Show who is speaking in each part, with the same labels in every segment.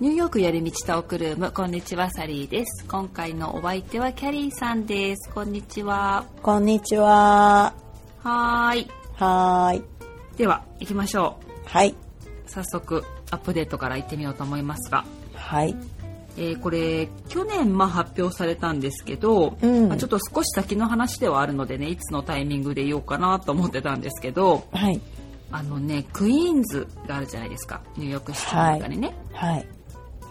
Speaker 1: ーク夜道トークルームこんにちはサリーです今回のお相手はキャリーさんですこんにちは
Speaker 2: こんにちは。
Speaker 1: はーい
Speaker 2: はーい。
Speaker 1: では行きましょ
Speaker 2: はい。
Speaker 1: う早速アップデートから行ってみようと思いますが
Speaker 2: はい。
Speaker 1: えーこれ去年まあ発表されたんですけど、
Speaker 2: うん
Speaker 1: まあちょっと少し先の話ではあるのでねいつのタイミングで言おうかなと思ってたんですけど
Speaker 2: はい。
Speaker 1: あのねクイーンズがあるじゃないですかニューヨーク市の中にね、
Speaker 2: はい。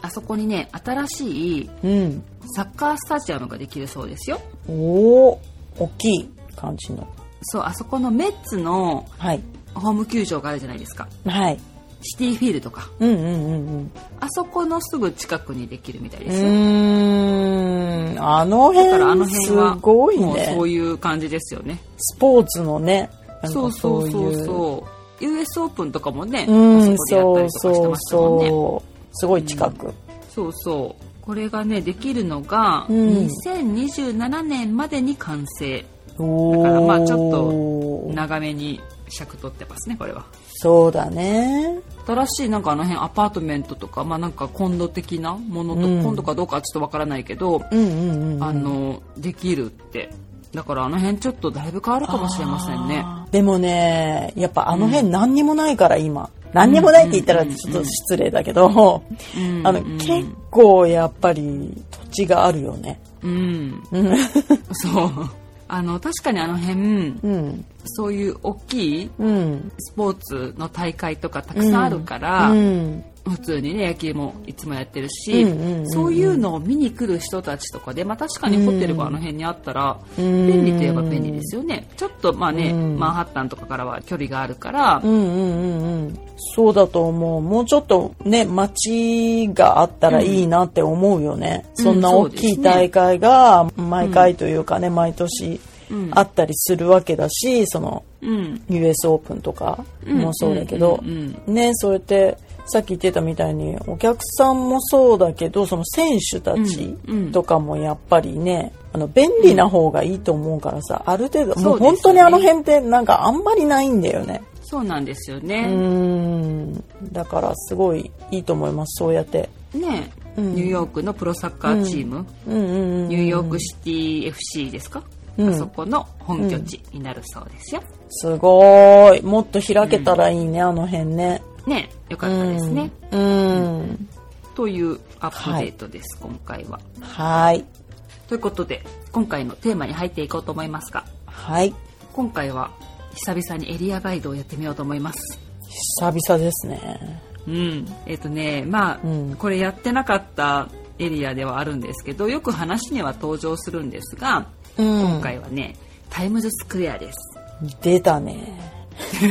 Speaker 1: あそこにね新しい
Speaker 2: うん。
Speaker 1: サッカースタジアムができるそうですよ
Speaker 2: おお。大きい感じの。
Speaker 1: そうあそこのメッツの
Speaker 2: はい。
Speaker 1: ホーム球場があるじゃないですか
Speaker 2: はい。
Speaker 1: シティフィールドか
Speaker 2: うんうんうん
Speaker 1: あそこのすぐ近くにできるみたいで
Speaker 2: う
Speaker 1: すよ
Speaker 2: ん。うーん。あの
Speaker 1: だからあの
Speaker 2: 辺、
Speaker 1: 辺
Speaker 2: す
Speaker 1: は
Speaker 2: ごい
Speaker 1: もうそう
Speaker 2: ね。
Speaker 1: いう感じですよね
Speaker 2: スポーツのね。なん
Speaker 1: そ
Speaker 2: か
Speaker 1: うそうそう
Speaker 2: い
Speaker 1: そう。US オープンとかもね、
Speaker 2: うん、
Speaker 1: あそこで
Speaker 2: そ
Speaker 1: や
Speaker 2: う
Speaker 1: ったりとかして
Speaker 2: そう
Speaker 1: ましたもんね。
Speaker 2: そう。すごい近く。
Speaker 1: そうそう。これがね、できるのが、
Speaker 2: うん
Speaker 1: 2027年までに完成。
Speaker 2: おお。
Speaker 1: だからまあちょっ長めに尺取ってますね、これは。
Speaker 2: そうだね。
Speaker 1: 新しいなんかあの辺アパートメントとか、まあなんかコンド的なものと、
Speaker 2: うん
Speaker 1: コンドかどうかはちょっとわからないけど、
Speaker 2: うんうんうんうん。
Speaker 1: あの、できるって。だからあの辺ちょっとだいぶ変わるかもしれませんね。
Speaker 2: あーでもね、やっぱあの辺何にもないから今。何にもないって言ったらちょっと失礼だけど、
Speaker 1: うん
Speaker 2: あの、
Speaker 1: うん
Speaker 2: 結構やっぱり土地があるよね。
Speaker 1: うん。
Speaker 2: うん。
Speaker 1: そう。 あの、確かにあの辺、
Speaker 2: うん。
Speaker 1: そういう大きい
Speaker 2: うん。
Speaker 1: スポーツの大会とかたくさんあるから、
Speaker 2: うん。
Speaker 1: 普通にね野球もいつもやってるし、
Speaker 2: うんうんうん
Speaker 1: そういうのを見に来る人たちとかで、まあ、確かにホテルがあの辺にあったら、
Speaker 2: うん
Speaker 1: 便利といえば便利ですよねちょっとまあね、
Speaker 2: うん
Speaker 1: マンハッタンとかからは距離があるから、
Speaker 2: うんうんうんうん。そうだと思う。もうちょっとね、街があったらいいなって思うよね。
Speaker 1: うん
Speaker 2: そんな大きい大会が毎回というかね、毎年
Speaker 1: うん
Speaker 2: あったりするわけだし、その、
Speaker 1: うん、
Speaker 2: US オープンとかもそうだけど
Speaker 1: うんうんうん、
Speaker 2: ね、そうやってさっき言ってたみたいにお客さんもそうだけどその選手たち
Speaker 1: うんうん
Speaker 2: とかもやっぱりねあの便利な方がいいと思うからさある程度もう
Speaker 1: そう
Speaker 2: 本
Speaker 1: ですよ
Speaker 2: 当
Speaker 1: ね
Speaker 2: にあの辺ってなんかあんまりないんだよね。
Speaker 1: そうなんですよ
Speaker 2: う
Speaker 1: ね,、
Speaker 2: んだからすごいいいと思いますそうやって。
Speaker 1: ね
Speaker 2: うん
Speaker 1: ニューヨークのプロサッカーチーム、
Speaker 2: うんうんうん
Speaker 1: ニューヨークシティ FC ですか、
Speaker 2: うん
Speaker 1: あそこの本拠地になるそうですよ、
Speaker 2: すごーいもっと開けたらいいね、あの辺ね。
Speaker 1: ねよかったですね、
Speaker 2: うん。うん
Speaker 1: というアップデートです、今回は
Speaker 2: はーい
Speaker 1: ということで今回のテーマに入っていこうと思いますが
Speaker 2: はい
Speaker 1: 今回は久々にエリアガイドをやってみようと思います
Speaker 2: 久々ですね。
Speaker 1: うんえっ、とねまあ、
Speaker 2: うん
Speaker 1: これやってなかったエリアではあるんですけどよく話には登場するんですが
Speaker 2: 今
Speaker 1: 今回はね、タイムズスクエアです
Speaker 2: 出たね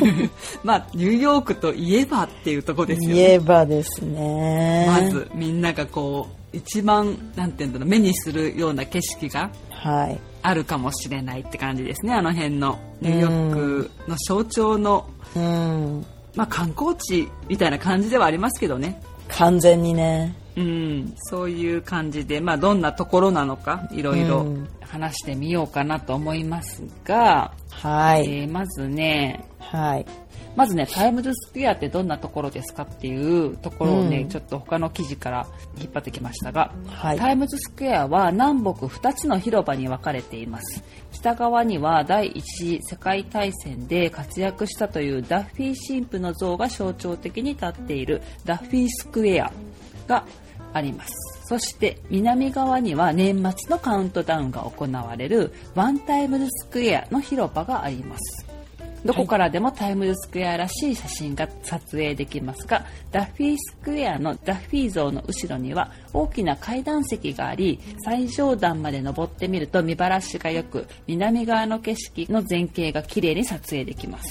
Speaker 1: まあニューヨークといえばっていうところですよ
Speaker 2: 言
Speaker 1: ね
Speaker 2: えばですね
Speaker 1: まずみんながこう一番なんていうんだろう目にするような景色が
Speaker 2: はい
Speaker 1: あるかもしれないって感じですねあの辺のニューヨークの象徴の、
Speaker 2: うん
Speaker 1: まあ、観光地みたいな感じではありますけどね、
Speaker 2: 完全にね
Speaker 1: うん、そういう感じで、まあ、どんなところなのかいろいうろ
Speaker 2: ん
Speaker 1: 話してみようかなと思いますが、
Speaker 2: はい、
Speaker 1: えーまずね
Speaker 2: はい
Speaker 1: まずねタイムズスクエアってどんなところですかっていうところをね、
Speaker 2: うん
Speaker 1: ちょっと他の記事から引っ張ってきましたが、
Speaker 2: はい
Speaker 1: タイムズスクエアは南北2つの広場に分かれています北側には第一次世界大戦で活躍したというダッフィー神父の像が象徴的に立っているダッフィースクエアがありますそして南側には年末のカウントダウンが行われるワンタイムズスクエアの広場がありますどこからでもタイムズスクエアらしい写真が撮影できますが、ダッフィースクエアのダッフィー像の後ろには大きな階段席があり、最上段まで登ってみると見晴らしが良く、南側の景色の全景が綺麗に撮影できます。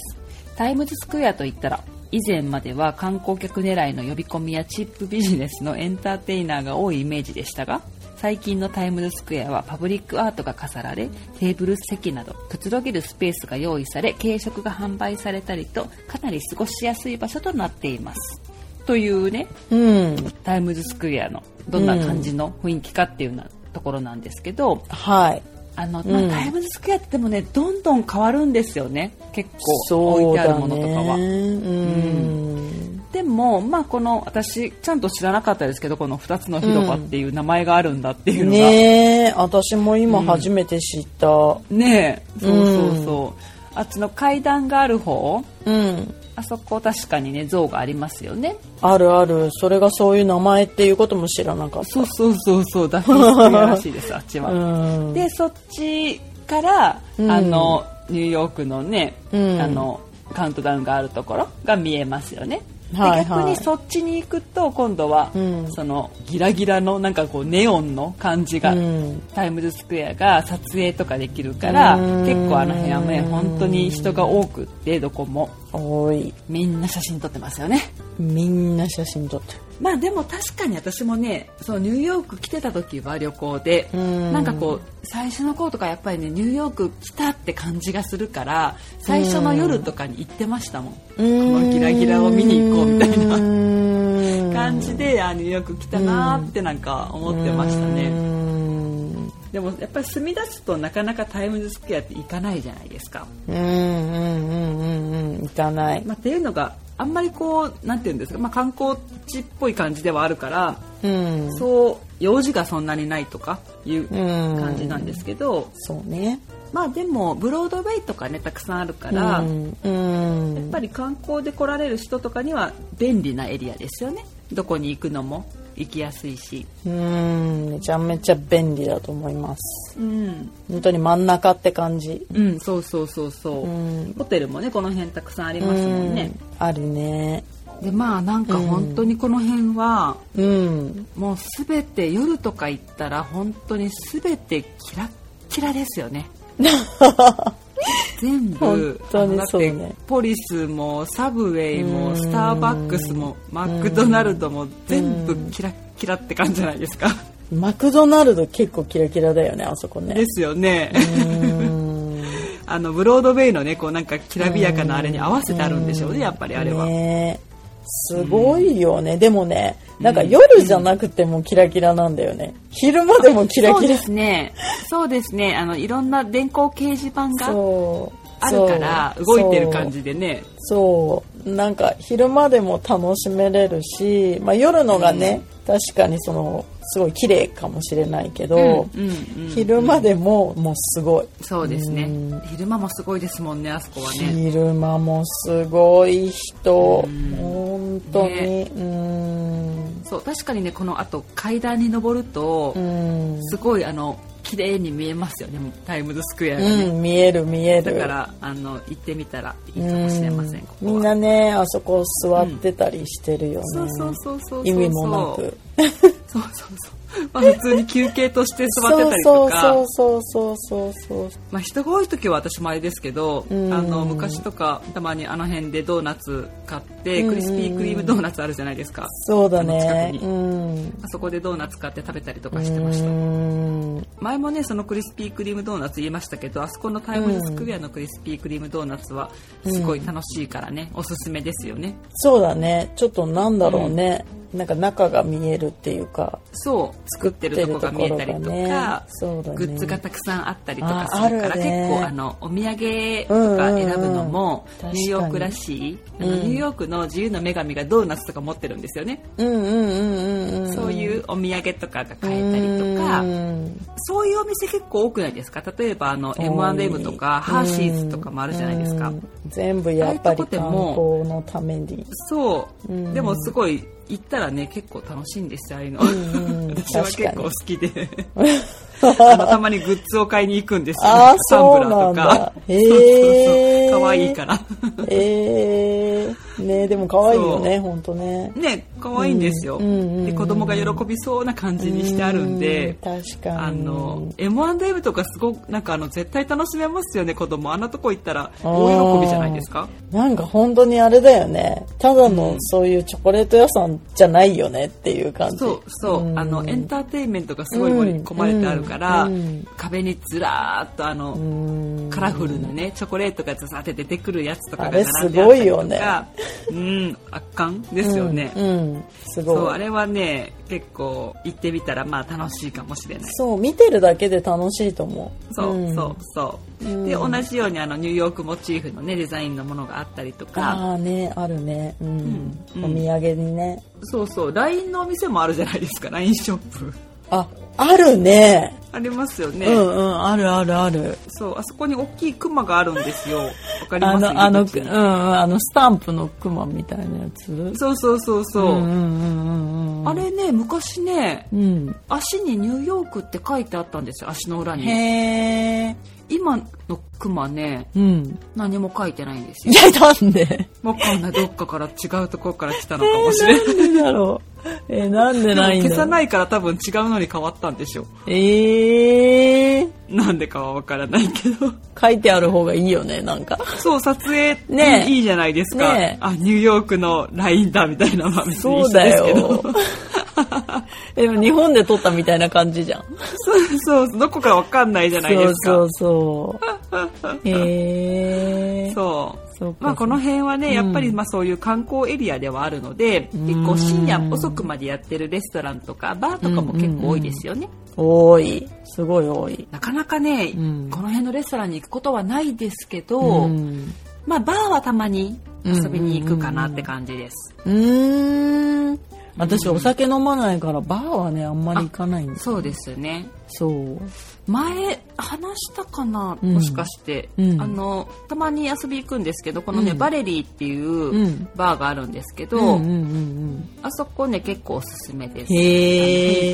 Speaker 1: タイムズスクエアといったら、以前までは観光客狙いの呼び込みやチップビジネスのエンターテイナーが多いイメージでしたが、最近のタイムズスクエアはパブリックアートが飾られテーブル席などくつろげるスペースが用意され軽食が販売されたりとかなり過ごしやすい場所となっていますというね
Speaker 2: うん
Speaker 1: タイムズスクエアのどんな感じの雰囲気かっていうようなところなんですけど、
Speaker 2: はい
Speaker 1: あのまあ
Speaker 2: うん
Speaker 1: タイムズスクエアってでもねどんどん変わるんですよね結構置いてあるものとかは。
Speaker 2: そうだねうん、
Speaker 1: でも、まあ、この私ちゃんと知らなかったですけどこの2つの広場っていう名前があるんだっていうのが、ね
Speaker 2: ねえ私も今初めて知ったう
Speaker 1: えそうそうそう、あっちの階段がある方
Speaker 2: ん
Speaker 1: あそこ確かにね像がありますよね
Speaker 2: あるあるそれがそういう名前っていうことも知らなかっ
Speaker 1: そうそうそうそうダッフィースクエアらしいです あっち
Speaker 2: た
Speaker 1: は、
Speaker 2: うん
Speaker 1: でそっちから、
Speaker 2: うん
Speaker 1: あのニューヨークのね、
Speaker 2: うん
Speaker 1: あのカウントダウンがあるところが見えますよね。で
Speaker 2: はいはい
Speaker 1: 逆にそっちに行くと今度は、
Speaker 2: うん
Speaker 1: そのギラギラのなんかこうネオンの感じが、
Speaker 2: うん
Speaker 1: タイムズスクエアが撮影とかできるから
Speaker 2: うん
Speaker 1: 結構あの辺はね本当に人が多くってどこも
Speaker 2: おい
Speaker 1: みんな写真撮ってますよね。
Speaker 2: みんな写真撮ってる
Speaker 1: まあでも確かに私もねそうニューヨーク来てた時は旅行で、
Speaker 2: うん
Speaker 1: なんかこう最初の頃とかやっぱりねニューヨーク来たって感じがするから最初の夜とかに行ってましたもん、
Speaker 2: こ
Speaker 1: このギラギラを見に行こうみたいな
Speaker 2: な
Speaker 1: 感じであニューヨーク来たなーってなんか思ってましたね、
Speaker 2: ね
Speaker 1: でもやっぱり住み出すとなかなかタイムズスクエアって行かないじゃないですか、
Speaker 2: うんうんうんうんうん行かない
Speaker 1: まあ、っていうのがあんまりこうなんていうんですか、まあ、観光地っぽい感じではあるから
Speaker 2: うん
Speaker 1: そう用事がそんなにないとかいう
Speaker 2: うん
Speaker 1: 感じなんですけど、
Speaker 2: そうね
Speaker 1: まあでもブロードウェイとかねたくさんあるから、
Speaker 2: うん
Speaker 1: やっぱり観光で来られる人とかには便利なエリアですよねどこに行くのも行きやすいし、
Speaker 2: うんめちゃめちゃ便利だと思います
Speaker 1: うん、
Speaker 2: 本当に真ん中って感じ
Speaker 1: うん、そうそうそうそう、
Speaker 2: うん
Speaker 1: ホテルもねこの辺たくさんありますもんね、
Speaker 2: うんあるね
Speaker 1: でまあなんか本当にこの辺は、
Speaker 2: うん
Speaker 1: もう全て夜とか行ったら本当に全てキラッキラですよね全部
Speaker 2: 本当にそうね
Speaker 1: あのだってポリスもサブウェイもスターバックスもマクドナルドも全部キラッキラって感じじゃないですか
Speaker 2: マクドナルド結構キラキラだよねあそこね
Speaker 1: ですよね
Speaker 2: うん
Speaker 1: あのブロードウェイのねこうなんかきらびやかなあれに合わせてあるんでしょうねやっぱりあれは、
Speaker 2: ねえすごいよね、でもねなんか夜じゃなくてもキラキラなんだよね、昼間でもキラ
Speaker 1: そう
Speaker 2: キ
Speaker 1: で
Speaker 2: ラ
Speaker 1: すねそうですねあのいろんな電光掲示板が
Speaker 2: そう
Speaker 1: あるから動いてる感じでね
Speaker 2: そうなんか昼間でも楽しめれるし、まあ、夜のがね、確かにそのすごい綺麗かもしれないけど、
Speaker 1: うんうんうん
Speaker 2: 昼間でももうすごい
Speaker 1: そうですね
Speaker 2: うん。
Speaker 1: 昼間もすごいですもんね、あそこはね。
Speaker 2: 昼間もすごい人、
Speaker 1: うん
Speaker 2: 本当に、
Speaker 1: ねそう、確かにね、この後階段に登ると
Speaker 2: う、ん、うん
Speaker 1: すごいあの、綺麗に見えますよね、タイムズスクエアがね。
Speaker 2: うん、見える見え
Speaker 1: だ
Speaker 2: る
Speaker 1: から、あの、行ってみたらいいかもしれません、
Speaker 2: う
Speaker 1: ここは。
Speaker 2: みんなねあそこ座ってたりしてるよね、
Speaker 1: そうそうそうそうそう。
Speaker 2: 意味もなく。
Speaker 1: そうそうそう。まあ普通に休憩として座ってたりと
Speaker 2: そ
Speaker 1: か
Speaker 2: う、そうそうそうそうそ
Speaker 1: まあ人が多い時は私もあれですけど、あ
Speaker 2: うん
Speaker 1: の昔とかたまにあの辺でドーナツ買って、クリスピークリームドーナツあるじゃないですか。
Speaker 2: うそうだ
Speaker 1: あの
Speaker 2: ね
Speaker 1: 近く
Speaker 2: う
Speaker 1: に
Speaker 2: ん
Speaker 1: あそこでドーナツ買って食べたりとかしてました。
Speaker 2: うん
Speaker 1: 前もねそのクリスピークリームドーナツ言いましたけどあそこのタイムズスクエアのクリスピークリームドーナツはすごい楽しいからね、おすすめですよね
Speaker 2: そうだねちょっとなんだろうね、なんか中が見えるっていうか
Speaker 1: そう作ってるとこが見えたりとか、
Speaker 2: そうだね
Speaker 1: グッズがたくさんあったりとか
Speaker 2: あ
Speaker 1: するから
Speaker 2: あるね
Speaker 1: 結構あのお土産とか選ぶのも
Speaker 2: うんうんうん
Speaker 1: ニューヨークらしい、あの
Speaker 2: うん
Speaker 1: ニューヨークの自由の女神がドーナツとか持ってるんですよね、
Speaker 2: うんうんうんうんうん
Speaker 1: そういうお土産とかが買えたりとか、
Speaker 2: うん
Speaker 1: そういうお店結構多くないですか例えばあの
Speaker 2: 多い
Speaker 1: M&M とかハーシーズとかもあるじゃないですか、
Speaker 2: うん全部やっ
Speaker 1: あ
Speaker 2: ぱり
Speaker 1: あいう
Speaker 2: 観
Speaker 1: とこで
Speaker 2: 光
Speaker 1: も
Speaker 2: のために
Speaker 1: そう、
Speaker 2: うん
Speaker 1: でもすごい行ったらね結構楽しいんですよああいうの、
Speaker 2: んうん
Speaker 1: 私は結
Speaker 2: 確か
Speaker 1: 構好
Speaker 2: に
Speaker 1: きであのたまにグッズを買いに行くんですよ、
Speaker 2: あー
Speaker 1: タンブラーと
Speaker 2: そうなんだ
Speaker 1: か
Speaker 2: へー
Speaker 1: そうそうそう可愛いから
Speaker 2: えー、ねでも可愛いよね本当ね
Speaker 1: ね可愛いんですよ、
Speaker 2: うんうんうん
Speaker 1: で子供が喜びそうな感じにしてあるん
Speaker 2: う
Speaker 1: で、
Speaker 2: 確かに
Speaker 1: あの M&M とかすごくなんかあの絶対楽しめますよね子供あんなとこ行ったら大喜びじゃないですか
Speaker 2: なんか本当にあれだよねただのそういうチョコレート屋さんじゃないよねっていう感じ
Speaker 1: そうそう、
Speaker 2: ん
Speaker 1: あのエンターテインメントがすごい盛り込まれてあるから、
Speaker 2: うんうん
Speaker 1: 壁にずらーっとあの、
Speaker 2: うん
Speaker 1: カラフルなねチョコレートがザザって出てくるやつとかが
Speaker 2: あれ
Speaker 1: 並んであったりとか
Speaker 2: す
Speaker 1: うん圧巻ですよね、
Speaker 2: うん、うんすごい
Speaker 1: そうあれはね結構行ってみたらまあ楽しいかもしれない
Speaker 2: そう見てるだけで楽しいと思う
Speaker 1: そう、
Speaker 2: ん
Speaker 1: そうそう
Speaker 2: うん
Speaker 1: で同じようにあのニューヨークモチーフの、ね、デザインのものがあったりとか
Speaker 2: ああねあるね、うん
Speaker 1: うん
Speaker 2: お土産にね
Speaker 1: そうそう LINE のお店もあるじゃないですか LINE ショップ
Speaker 2: ああるね
Speaker 1: ありますよね、
Speaker 2: うんうんあるあるある
Speaker 1: そうあそこに大きいクマがあるんですよわかり
Speaker 2: あ
Speaker 1: ます
Speaker 2: のあの、うん
Speaker 1: 入り口
Speaker 2: うん、
Speaker 1: に
Speaker 2: あのスタンプのクマみたいなやつ
Speaker 1: そうそうそうそうう、
Speaker 2: んうんうんうん
Speaker 1: あれね昔ね
Speaker 2: うん
Speaker 1: 足にニューヨークって書いてあったんですよ足の裏に
Speaker 2: へえ
Speaker 1: 今のクマね
Speaker 2: うん
Speaker 1: 何も書いてないんです
Speaker 2: い
Speaker 1: よ
Speaker 2: やなんで
Speaker 1: わかんないどっかから違うところから来たのかもしれない
Speaker 2: なんでだろうえーなんでないんだ
Speaker 1: 消さ
Speaker 2: い
Speaker 1: ないから多分違うのに変わったんでしょう
Speaker 2: えー、
Speaker 1: なんでかはわからないけ ど
Speaker 2: 書いてある方がいいよねなんか
Speaker 1: そう撮影
Speaker 2: ねえ
Speaker 1: いいじゃないですか、
Speaker 2: ねえ
Speaker 1: あニューヨークのラインだみたいなまあ別に
Speaker 2: そ
Speaker 1: 一
Speaker 2: う
Speaker 1: 緒
Speaker 2: だ
Speaker 1: ですけ
Speaker 2: よ
Speaker 1: ど
Speaker 2: でも日本で撮ったみたいな感じじゃん
Speaker 1: そう そうどこかわかんないじゃないですか
Speaker 2: そうそうそう。へえ。
Speaker 1: そう
Speaker 2: そうか
Speaker 1: まあ、この辺はね、やっぱ
Speaker 2: う
Speaker 1: り
Speaker 2: ん
Speaker 1: まあそういう観光エリアではあるので、
Speaker 2: うん
Speaker 1: 結構深夜遅くまでやってるレストランとかバーとかも結構多いですよね、
Speaker 2: 多い。すごい多い。
Speaker 1: なかなかね、
Speaker 2: うん
Speaker 1: この辺のレストランに行くことはないですけど、
Speaker 2: うん
Speaker 1: まあバーはたまに遊びに行くかなって感じです、
Speaker 2: うーん。私お酒飲まないからバーはねあんまり行かないんです。
Speaker 1: そうですよね
Speaker 2: そう。
Speaker 1: 前話したかな、
Speaker 2: うん
Speaker 1: もしかして、
Speaker 2: うん
Speaker 1: あのたまに遊び行くんですけどこのね、
Speaker 2: うん
Speaker 1: バレリーっていう、
Speaker 2: うん。
Speaker 1: バーがあるんですけど、
Speaker 2: うんうんうん
Speaker 1: あそこね結構おすすめです
Speaker 2: へ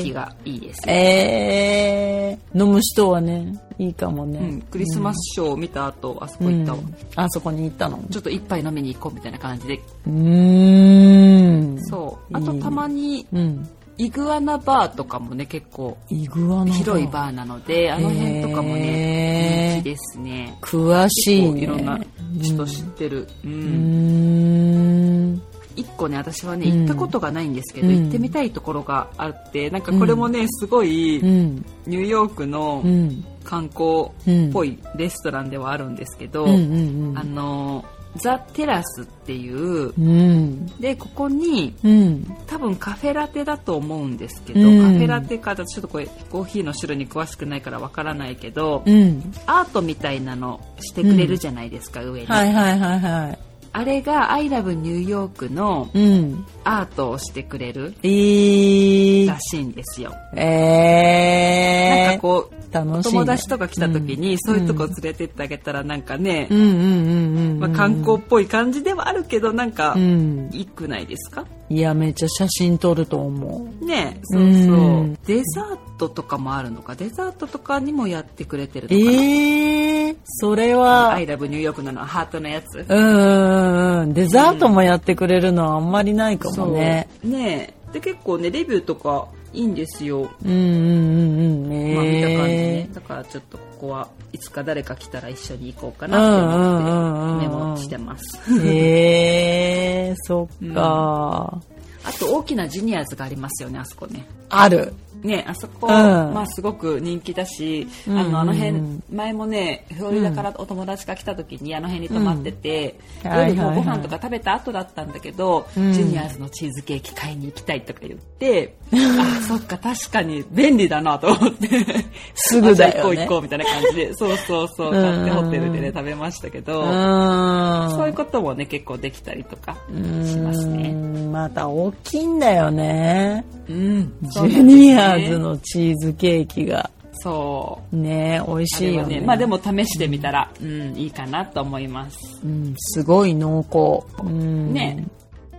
Speaker 1: あの雰
Speaker 2: ー
Speaker 1: 囲気がいいです
Speaker 2: うん。えー、飲む人はねいいかもね。
Speaker 1: うん、クリスマスショーを見た後、あそこ行ったわ、
Speaker 2: うんあそこに行ったの。
Speaker 1: ちょっと一杯飲みに行こうみたいな感じで、
Speaker 2: うーん。
Speaker 1: そう
Speaker 2: い
Speaker 1: あ
Speaker 2: いね
Speaker 1: とたまに
Speaker 2: うん。
Speaker 1: イグアナバーとかもね結構
Speaker 2: イグアナ。
Speaker 1: 広いバーなのであの辺とかもね
Speaker 2: へー
Speaker 1: 人気ですね
Speaker 2: 詳しい
Speaker 1: こう
Speaker 2: ね。
Speaker 1: いろんな人知ってる、うん
Speaker 2: うーん。
Speaker 1: 一個ね私はね
Speaker 2: うん
Speaker 1: 行ったことがないんですけど、
Speaker 2: うん
Speaker 1: 行ってみたいところがあってなんかこれもねすごい
Speaker 2: うん。
Speaker 1: ニューヨークの
Speaker 2: うん。
Speaker 1: 観光
Speaker 2: うん。
Speaker 1: っぽいレストランではあるんですけど、
Speaker 2: うんうんうん。
Speaker 1: あのザ・テラスっていう
Speaker 2: うん。
Speaker 1: でここに
Speaker 2: うん。
Speaker 1: 多分カフェラテだと思うんですけど、
Speaker 2: うん
Speaker 1: カフェラテかちょっとこれコーヒーの種類に詳しくないからわからないけど、
Speaker 2: うん。
Speaker 1: アートみたいなのしてくれるじゃないですか、上に、
Speaker 2: はいはいはいは
Speaker 1: あれが「I love ニューヨーク」の
Speaker 2: い。うん。
Speaker 1: アートをしてくれる
Speaker 2: えー
Speaker 1: ら。しいんですよ、
Speaker 2: えー。
Speaker 1: なんかこう
Speaker 2: 楽しい、ね。
Speaker 1: 友達とか来た時に、
Speaker 2: うん
Speaker 1: そういうとこ連れてってあげたらなんかね、
Speaker 2: うんうんうんうんうん。
Speaker 1: まあ、観光っぽい感じではあるけどなんか、
Speaker 2: うん。
Speaker 1: いいくないですか
Speaker 2: いや、めっちゃ写真撮ると思う。
Speaker 1: ねそうそう、
Speaker 2: うん
Speaker 1: デザートとかもあるのかデザートとかにもやってくれてるのかな、
Speaker 2: えー。それ
Speaker 1: ア
Speaker 2: は、
Speaker 1: イラブニューヨークのあのハートのやつ。
Speaker 2: うんうんうん。デザートもやってくれるのはあんまりないかもね。
Speaker 1: そう。ねえで、結構ね、レビューとかいいんですよ。
Speaker 2: うんうんうんうん。えー。
Speaker 1: まあ見た感じね。だからちょっとここはいつか誰か来たら一緒に行こうか
Speaker 2: うんう
Speaker 1: なって
Speaker 2: んう
Speaker 1: 思
Speaker 2: んうん
Speaker 1: ってメモしてます。
Speaker 2: へえー、そっか、
Speaker 1: あと大きなジュニアーズがありますよね、あそこね。
Speaker 2: ある。
Speaker 1: ね、あそこ、
Speaker 2: うん
Speaker 1: まあすごく人気だし、
Speaker 2: うん
Speaker 1: あのあの辺
Speaker 2: うん
Speaker 1: 前もねフロリダからお友達が来た時にあの辺に泊まってて、
Speaker 2: うん
Speaker 1: 夜も
Speaker 2: は
Speaker 1: う
Speaker 2: いは
Speaker 1: ご
Speaker 2: いはい
Speaker 1: 飯とか食べた後だったんだけど、
Speaker 2: うん
Speaker 1: ジュニアーズのチーズケーキ買いに行きたいとか言って、あそっか確かに便利だなと思って
Speaker 2: すぐだよね
Speaker 1: あじゃあ行こう行こうみたいな感じ でそうそうそう
Speaker 2: うん
Speaker 1: 買ってホテルでね食べましたけ
Speaker 2: う
Speaker 1: ど、
Speaker 2: ーん。
Speaker 1: そういうこともね結構できたりとか
Speaker 2: う
Speaker 1: します
Speaker 2: ー
Speaker 1: ね。
Speaker 2: んまた大きいんだよね。
Speaker 1: うん、
Speaker 2: ジ
Speaker 1: そうなんです
Speaker 2: ュ
Speaker 1: ね
Speaker 2: ニアーズのチーズケーキが。
Speaker 1: そう
Speaker 2: ね美味しいよね。
Speaker 1: まあでも試してみたら、うん、いいかなと思います。
Speaker 2: うん、すごい濃厚。うん、
Speaker 1: ね。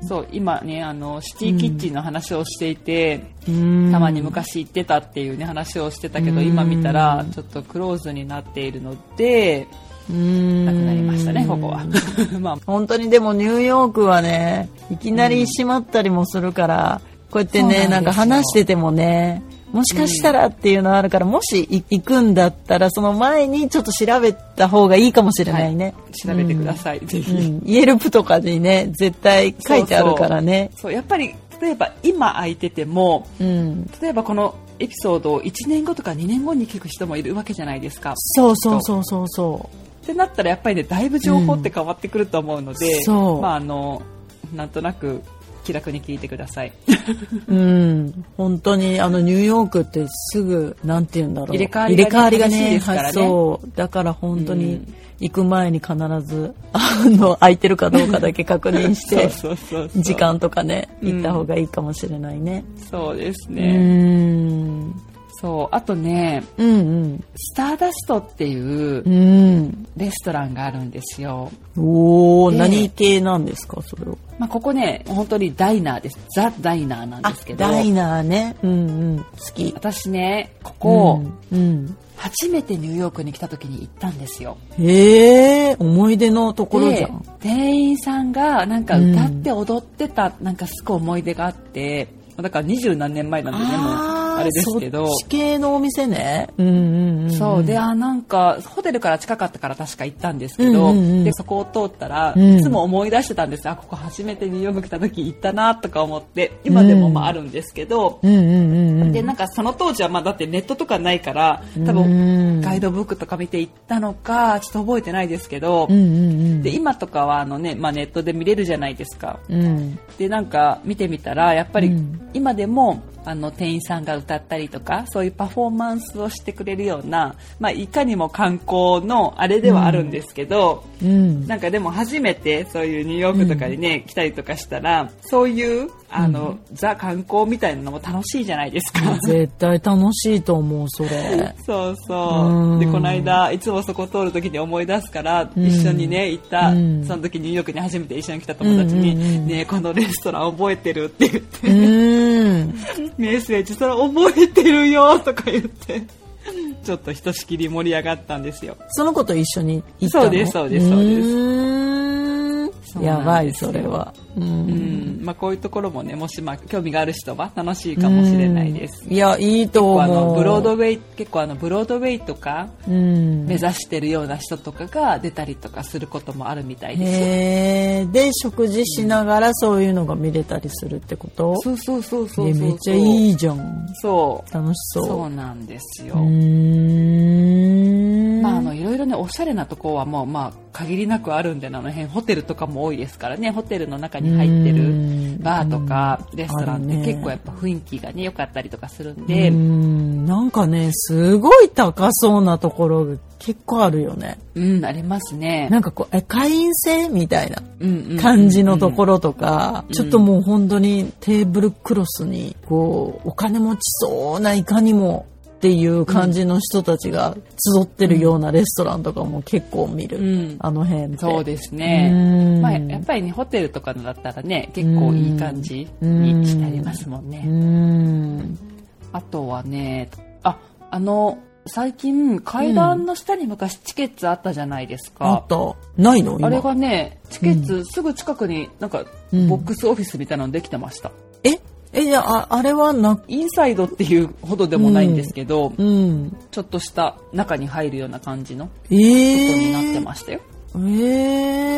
Speaker 1: そう、今ね、あの、シティキッチンの話をしていて、
Speaker 2: うん。
Speaker 1: たまに昔行ってたっていうね、話をしてたけど、
Speaker 2: うん
Speaker 1: 今見たら、ちょっとクローズになっているので、
Speaker 2: うん。
Speaker 1: なくなりましたね、ここは。 まあ、
Speaker 2: 本当にでもニューヨークはね、いきなり閉まったりもするから、こうやって
Speaker 1: そうなんです
Speaker 2: ね、
Speaker 1: よ
Speaker 2: なんか話しててもね、もしかしたらっていうのあるから、もしい行くんだったら、その前にちょっと調べた方がいいかもしれないね。
Speaker 1: 調べてください、ぜ
Speaker 2: う
Speaker 1: ひ。
Speaker 2: ん、イエルプとかにね、絶対書いてあるからね。
Speaker 1: そう、やっぱり、例えば今空いてても、
Speaker 2: うん。
Speaker 1: 例えばこのエピソードを1年後とか2年後に聞く人もいるわけじゃないですか。
Speaker 2: そうそうそうそうそ
Speaker 1: ってなったらやっぱりねだいぶ情報って変わってくると思うので、
Speaker 2: うんそう
Speaker 1: まああのなんとなく気楽に聞いてくだ さい
Speaker 2: うん、本当にあのニューヨークってすぐなんて言うんだろう
Speaker 1: 入れ替わりがね
Speaker 2: 入れ替わりがね
Speaker 1: 激しいですからね
Speaker 2: はいそうだから本当
Speaker 1: う
Speaker 2: に
Speaker 1: ん
Speaker 2: 行く前に必ずあの空いてるかどうかだけ確認して
Speaker 1: そうそうそう
Speaker 2: 時間とかね
Speaker 1: うん
Speaker 2: 行った方がいいかもしれないね。
Speaker 1: そうです
Speaker 2: う
Speaker 1: ね、
Speaker 2: ん
Speaker 1: そうあとね
Speaker 2: うん
Speaker 1: スターダストっていう
Speaker 2: うんうん
Speaker 1: レストランがあるんですよ、
Speaker 2: おお
Speaker 1: で
Speaker 2: 何系なんですかそれを。
Speaker 1: まあ、ここね本当にダイナーですザ・ダイナーなんですけど
Speaker 2: ダイナーね。うんうん好き。
Speaker 1: 私ねここ、
Speaker 2: うんうん。
Speaker 1: 初めてニューヨークに来た時に行ったんですよ
Speaker 2: へえ思い出のところじゃん
Speaker 1: で。店員さんがなんか歌って踊ってた、なんかすごい思い出があってだから二十何年前なんでねもう
Speaker 2: あー
Speaker 1: あれですけど
Speaker 2: そっち系のお店ね。うんうんうん。
Speaker 1: そうで、あなんかホテルから近かったから確か行ったんですけど、
Speaker 2: うんうんうん
Speaker 1: でそこを通ったら、
Speaker 2: うん
Speaker 1: いつも思い出してたんですあここ初めてニューヨーク来た時行ったなとか思って今でもまああるんですけど、
Speaker 2: うんうんうんうん。
Speaker 1: でなんかその当時はまあだってネットとかないから多
Speaker 2: うん
Speaker 1: 分ガイドブックとか見て行ったのかちょっと覚えてないですけど、
Speaker 2: うんうん
Speaker 1: で今とかはあの、ねまあ、ネットで見れるじゃないですか。
Speaker 2: うん。うん。
Speaker 1: でなんか見てみたらやっぱり
Speaker 2: うん
Speaker 1: 今でも、あの店員さんが歌ったりとかそういうパフォーマンスをしてくれるような、まあ、いかにも観光のあれではあるんですけど、
Speaker 2: うん。
Speaker 1: なんかでも初めてそういうニューヨークとかにね、来たりとかしたらそういうあの、ザ観光みたいなのも楽しいじゃないですか。
Speaker 2: 絶対楽しいと思う、そ れ。
Speaker 1: そうそうう。
Speaker 2: ん
Speaker 1: で、この間、いつもそこ通る時に思い出すから、一緒にね、行った、
Speaker 2: うん
Speaker 1: その時ニューヨークに初めて一緒に来た友達に、
Speaker 2: うんうんうん
Speaker 1: ねえこのレストラン覚えてるって言って、
Speaker 2: うん。
Speaker 1: メッセージ、それ覚えてるよとか言って、 ちょっとひとしきり盛り上がったんですよ。
Speaker 2: その子と一緒に行ったの
Speaker 1: そうですそうですそうです
Speaker 2: うー
Speaker 1: そ
Speaker 2: ん。
Speaker 1: うな
Speaker 2: や
Speaker 1: ん
Speaker 2: ばい、
Speaker 1: ですよ
Speaker 2: それは。う。
Speaker 1: うんん。まあ、こういうところもね、もしまあ、興味がある人は楽しいかもしれないです。
Speaker 2: うん。いや、いいと
Speaker 1: あ
Speaker 2: 思
Speaker 1: の
Speaker 2: う。
Speaker 1: ブロードウェイ結構あのブロードウェイとか
Speaker 2: うん
Speaker 1: 目。指してるような人とかが出たりとかすることもあるみたいですよ
Speaker 2: へえ。で、食事しながらそういうのが見れたりするってこと
Speaker 1: そうそうそうそうそう
Speaker 2: え
Speaker 1: そう。
Speaker 2: めっちゃいいじゃん。
Speaker 1: そう。
Speaker 2: 楽し
Speaker 1: そう
Speaker 2: そう。
Speaker 1: なんですよ。
Speaker 2: うーん。
Speaker 1: まあ、あのいろいろねおしゃれなとこはもう、まあ、限りなくあるんであの辺ホテルとかも多いですからねホテルの中に入って
Speaker 2: うん
Speaker 1: るバーとかレストランっ
Speaker 2: あ
Speaker 1: て
Speaker 2: るね
Speaker 1: 結構やっぱ雰囲気がね良かったりとかするんで、
Speaker 2: うー
Speaker 1: うん
Speaker 2: んなんかねすごい高そうなところが結構あるよね
Speaker 1: ありますね。
Speaker 2: なんかこうえ会員制みたいな
Speaker 1: うんうん
Speaker 2: 感じのところとか、
Speaker 1: ん
Speaker 2: ちょっともう本当にテーブルクロスにこうお金持ちそうないかにもっていう感じの人たちが集ってるようなレストランとかも結構見る、
Speaker 1: うん
Speaker 2: あの辺って
Speaker 1: そうです
Speaker 2: う
Speaker 1: ね。
Speaker 2: ーん
Speaker 1: まあ、やっぱりねホテルとかのだったらね結構いい感じにしてありますもんね。
Speaker 2: うーん
Speaker 1: あとはね、あ、あの、最近階段の下に昔チケッツあったじゃないです
Speaker 2: あ
Speaker 1: か
Speaker 2: っ。たないの今
Speaker 1: あれがね、チケッツすぐ近くになんか
Speaker 2: うん
Speaker 1: ボックスオフィスみたいなのできてました。
Speaker 2: ええじゃあああれはな
Speaker 1: インサイドっていうほどでもないんですけど、
Speaker 2: うん
Speaker 1: ちょっとした中に入るような感じのこ
Speaker 2: え
Speaker 1: と
Speaker 2: え
Speaker 1: になってましたよ。
Speaker 2: え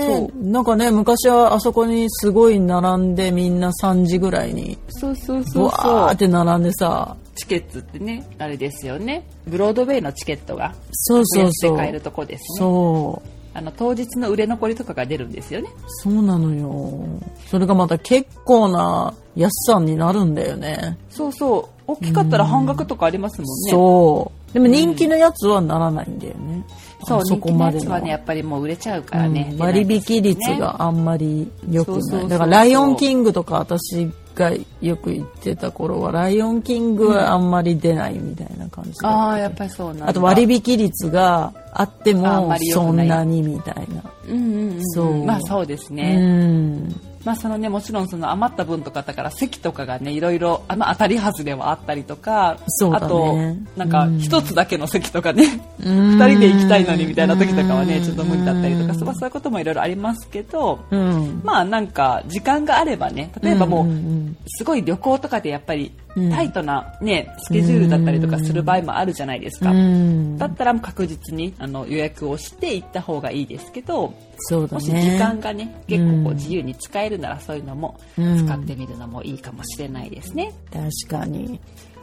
Speaker 2: え
Speaker 1: そ
Speaker 2: なんかね昔はあそこにすごい並んでみんな3時ぐらいに
Speaker 1: そうそうそうそ
Speaker 2: わーっ
Speaker 1: う。
Speaker 2: て並んでさ
Speaker 1: チケッツってね、あれですよね。ブロードウェイのチケットが
Speaker 2: そう
Speaker 1: 格
Speaker 2: そう
Speaker 1: 安で
Speaker 2: そう
Speaker 1: 買えるとこですね。
Speaker 2: そう
Speaker 1: あの当日の売れ残りとかが出るんですよね。
Speaker 2: そうなのよそれがまた結構な安さになるんだよね
Speaker 1: そうそう。大きかったら半額とかありますもんね。
Speaker 2: そうでも人気のやつはならないんだよね、
Speaker 1: そう、
Speaker 2: あそ
Speaker 1: 人
Speaker 2: こ
Speaker 1: 気の
Speaker 2: ま
Speaker 1: や
Speaker 2: で
Speaker 1: つ
Speaker 2: の
Speaker 1: はね、やっぱりもう売れちゃうからね。
Speaker 2: う
Speaker 1: 出
Speaker 2: ん
Speaker 1: ない
Speaker 2: 割
Speaker 1: です
Speaker 2: 引
Speaker 1: よね
Speaker 2: 率。があんまり良くない
Speaker 1: そうそうそう
Speaker 2: だから「ライオンキング」とか私がよく行ってた頃は「ライオンキング」はあんまり出ないみたいな感じだ
Speaker 1: ああ、やっぱりそうなんだ。
Speaker 2: あと割引率があって
Speaker 1: あん
Speaker 2: も
Speaker 1: まり良
Speaker 2: そ
Speaker 1: く
Speaker 2: ん
Speaker 1: ない
Speaker 2: なにみたいな
Speaker 1: うんうんうんうん。
Speaker 2: そう
Speaker 1: まあそうです
Speaker 2: う
Speaker 1: ね。
Speaker 2: ん
Speaker 1: まあそのね、もちろんその余った分とかだから席とかがね、いろいろ、あまあ当たり外れはあったりとか、
Speaker 2: そうだね
Speaker 1: あと、なんか
Speaker 2: うん
Speaker 1: 一つだけの席とかね、
Speaker 2: 二
Speaker 1: 二人で行きたいのにみたいな時とかはね、ちょっと無理だったりとか、そうまあそういうこともいろいろありますけど、
Speaker 2: うん
Speaker 1: まあなんか時間があればね、例えばもう、
Speaker 2: んん
Speaker 1: すごい旅行とかでやっぱり
Speaker 2: うん
Speaker 1: タイトな、ねスケジュールだったりとかする場合もあるじゃないです
Speaker 2: う
Speaker 1: か、
Speaker 2: ん
Speaker 1: だったらもう確実にあの予約をして行った方がいいですけど
Speaker 2: そうだ
Speaker 1: も
Speaker 2: ね
Speaker 1: し時間がね結構こ
Speaker 2: う
Speaker 1: うん自由に使えるならそういうのも
Speaker 2: うん
Speaker 1: 使ってみるのもいいかもしれないですね、
Speaker 2: 確かに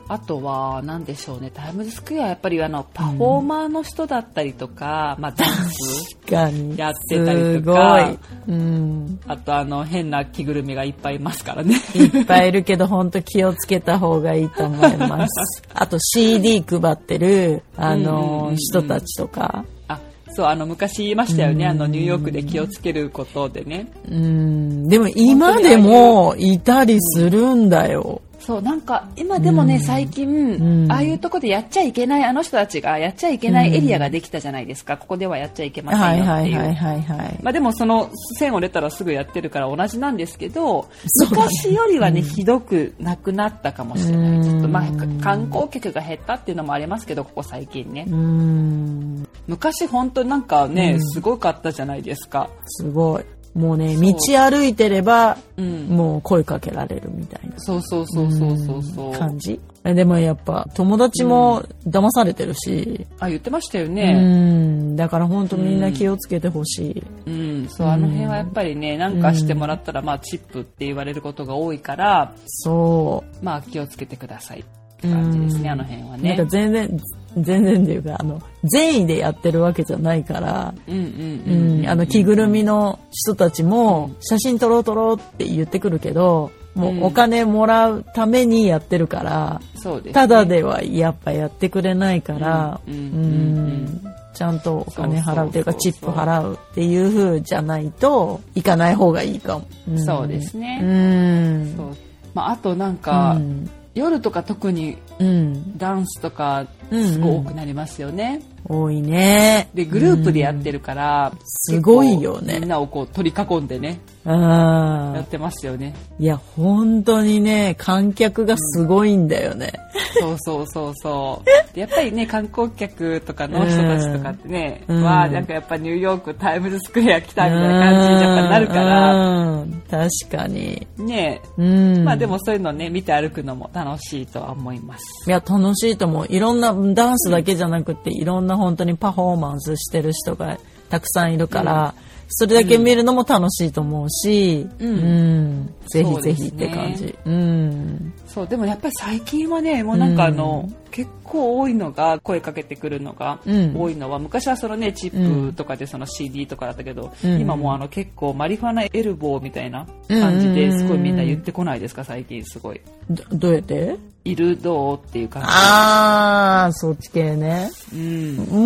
Speaker 1: あとは何でしょうねタイムズスクエアはやっぱりあのパフォーマーの人だったりとか、まあ、ダン ス
Speaker 2: がに
Speaker 1: やってたりとか
Speaker 2: すごい、うん、
Speaker 1: あとあの変な着ぐるみがいっぱいいますから ね
Speaker 2: いっぱいいるけど本当気をつけた方がいいと思います あと CD 配ってるあ
Speaker 1: うんうんうんう
Speaker 2: の
Speaker 1: ん
Speaker 2: 人たちとか
Speaker 1: あそうあの昔言いましたよねあのニューヨークで気をつけることでね
Speaker 2: うんでも今でもいたりするんだよ
Speaker 1: そうなんか今でもね、最近、
Speaker 2: ん
Speaker 1: ああいうとこでやっちゃいけないあの人たちがやっちゃいけないエリアができたじゃないですか、ここではやっちゃいけませ
Speaker 2: は
Speaker 1: ん
Speaker 2: い
Speaker 1: よっ
Speaker 2: は
Speaker 1: て
Speaker 2: い
Speaker 1: いう、
Speaker 2: はいはいはい
Speaker 1: まあ、でもその線を出たらすぐやってるから同じなんですけど
Speaker 2: そうだね
Speaker 1: 昔よりはね、ひどくなくなったかもしれな
Speaker 2: うん
Speaker 1: いちょっと、まあ、か観光客が減ったっていうのもありますけどここ最近ね
Speaker 2: うん
Speaker 1: 昔本当なんかね、すごかったじゃないですか。
Speaker 2: すごいもうね道歩いてれば
Speaker 1: うん
Speaker 2: もう声かけられるみたいな
Speaker 1: そうそうそうそうそうそう。
Speaker 2: 感じでもやっぱ友達も騙されてるし、
Speaker 1: あ、言ってましたよ
Speaker 2: う
Speaker 1: ね。
Speaker 2: ん、だから本当みんな気をつけてほしい。
Speaker 1: うん。そう、あの辺はやっぱりね、なんかしてもらったら、まあ、チップって言われることが多いから、
Speaker 2: そ
Speaker 1: まあ、気をつけてくださいって感じですね、あの辺は
Speaker 2: う。なんか
Speaker 1: ね。
Speaker 2: 全然、全然っていうか、あの、善意でやってるわけじゃないから、
Speaker 1: うんうん
Speaker 2: う
Speaker 1: うん。
Speaker 2: ん、あの、着ぐるみの人たちも、写真撮ろう撮ろうって言ってくるけど、も
Speaker 1: うん
Speaker 2: うお金もらうためにやってるから、
Speaker 1: そうです、
Speaker 2: ただではやっぱやってくれないから、
Speaker 1: う
Speaker 2: うん
Speaker 1: う
Speaker 2: ん、
Speaker 1: ん
Speaker 2: ちゃんとお金払うというか
Speaker 1: そうそ
Speaker 2: チ
Speaker 1: う
Speaker 2: ッ
Speaker 1: そう
Speaker 2: プ払うっていう風じゃないと行かない方がいいかも。ん
Speaker 1: そうですね
Speaker 2: うん。
Speaker 1: そう。まあ、あとなんか、
Speaker 2: うん
Speaker 1: 夜とか特に
Speaker 2: うん。
Speaker 1: ダンスとか、
Speaker 2: うん
Speaker 1: すごい多くなりますよね。
Speaker 2: 多いね。
Speaker 1: で、グループでやってるから、
Speaker 2: すごいよ
Speaker 1: 結構みん
Speaker 2: ね。
Speaker 1: なをこう取り囲んでね、
Speaker 2: あ
Speaker 1: やっ
Speaker 2: あ。
Speaker 1: てますよね。
Speaker 2: いや、本当にね、観客がすごいんだよね。
Speaker 1: そうそうそうそう。でやっぱりね、観光客とかの人たちとかってね、
Speaker 2: うん
Speaker 1: わあ、なんかやっぱニューヨークタイムズスクエア来たみたいな感じにやっぱなるから、
Speaker 2: ら。確かに。
Speaker 1: ね
Speaker 2: うん。
Speaker 1: まあでもそういうのね、見て歩くのも楽しいとは思います。
Speaker 2: いや、楽しいと思う。いろんなダンスだけじゃなくて、いろんな本当にパフォーマンスしてる人がたくさんいるから、それだけ見るのも楽しいと思うし、
Speaker 1: う
Speaker 2: うんん。ぜひぜひっ
Speaker 1: そうですね
Speaker 2: て感じ。うん。
Speaker 1: そう、でもやっぱり最近はね、もうなんかあの、結構多いのが、声かけてくるのが
Speaker 2: うん
Speaker 1: 多いのは、昔はそのね、チップとかでその CD とかだったけど、
Speaker 2: うん
Speaker 1: 今もうあの結構マリファナエルボーみたいな感じで
Speaker 2: うん
Speaker 1: すごいみんな言ってこないですか、最近すごい。
Speaker 2: どどうやって
Speaker 1: いるどうっていう感じ。
Speaker 2: あー、そっち系ね。
Speaker 1: うん。す
Speaker 2: う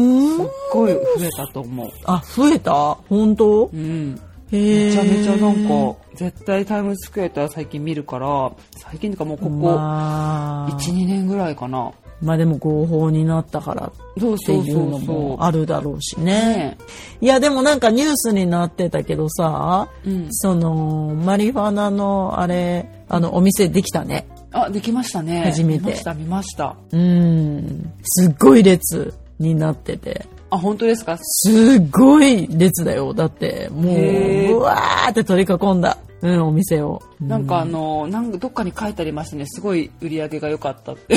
Speaker 2: ーん
Speaker 1: っ。ごい増えたと思う。
Speaker 2: あ、増えた本当
Speaker 1: うん。
Speaker 2: へ
Speaker 1: め
Speaker 2: め
Speaker 1: ちゃめちゃなんか、絶対タイムズスクエアとは最近見るから、最近とかもうここ、
Speaker 2: まあ、
Speaker 1: 1、2年ぐらいかな。
Speaker 2: まあでも合法になったから
Speaker 1: そう
Speaker 2: って
Speaker 1: そ
Speaker 2: いうう
Speaker 1: そ
Speaker 2: の
Speaker 1: う
Speaker 2: も
Speaker 1: そ
Speaker 2: あるだろうし
Speaker 1: う。
Speaker 2: ね。
Speaker 1: ね
Speaker 2: いや、でもなんかニュースになってたけどさ、
Speaker 1: えうん。
Speaker 2: その、マリファナの、あれ、あの、お店できたね。
Speaker 1: あ、できましたね。
Speaker 2: 初めて
Speaker 1: 見ました、見ました。
Speaker 2: うん。すっごい列になってて。
Speaker 1: あ、本当ですか
Speaker 2: すっごい列だよ。だって、も
Speaker 1: へー
Speaker 2: う、うわーって取り囲んだ。うん、お店を。
Speaker 1: なんかあの、なんかどっかに書いてありましたね。すごい売り上げが良かったって。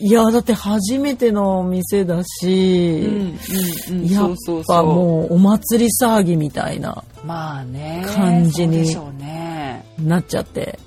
Speaker 2: いや、だって初めてのお店だし、
Speaker 1: うん
Speaker 2: やっ
Speaker 1: そうそう
Speaker 2: ぱ
Speaker 1: そ
Speaker 2: もうお祭り騒ぎみたいな、
Speaker 1: う。まあね。
Speaker 2: 感じ
Speaker 1: そう
Speaker 2: に
Speaker 1: でしょうね。
Speaker 2: なっちゃって。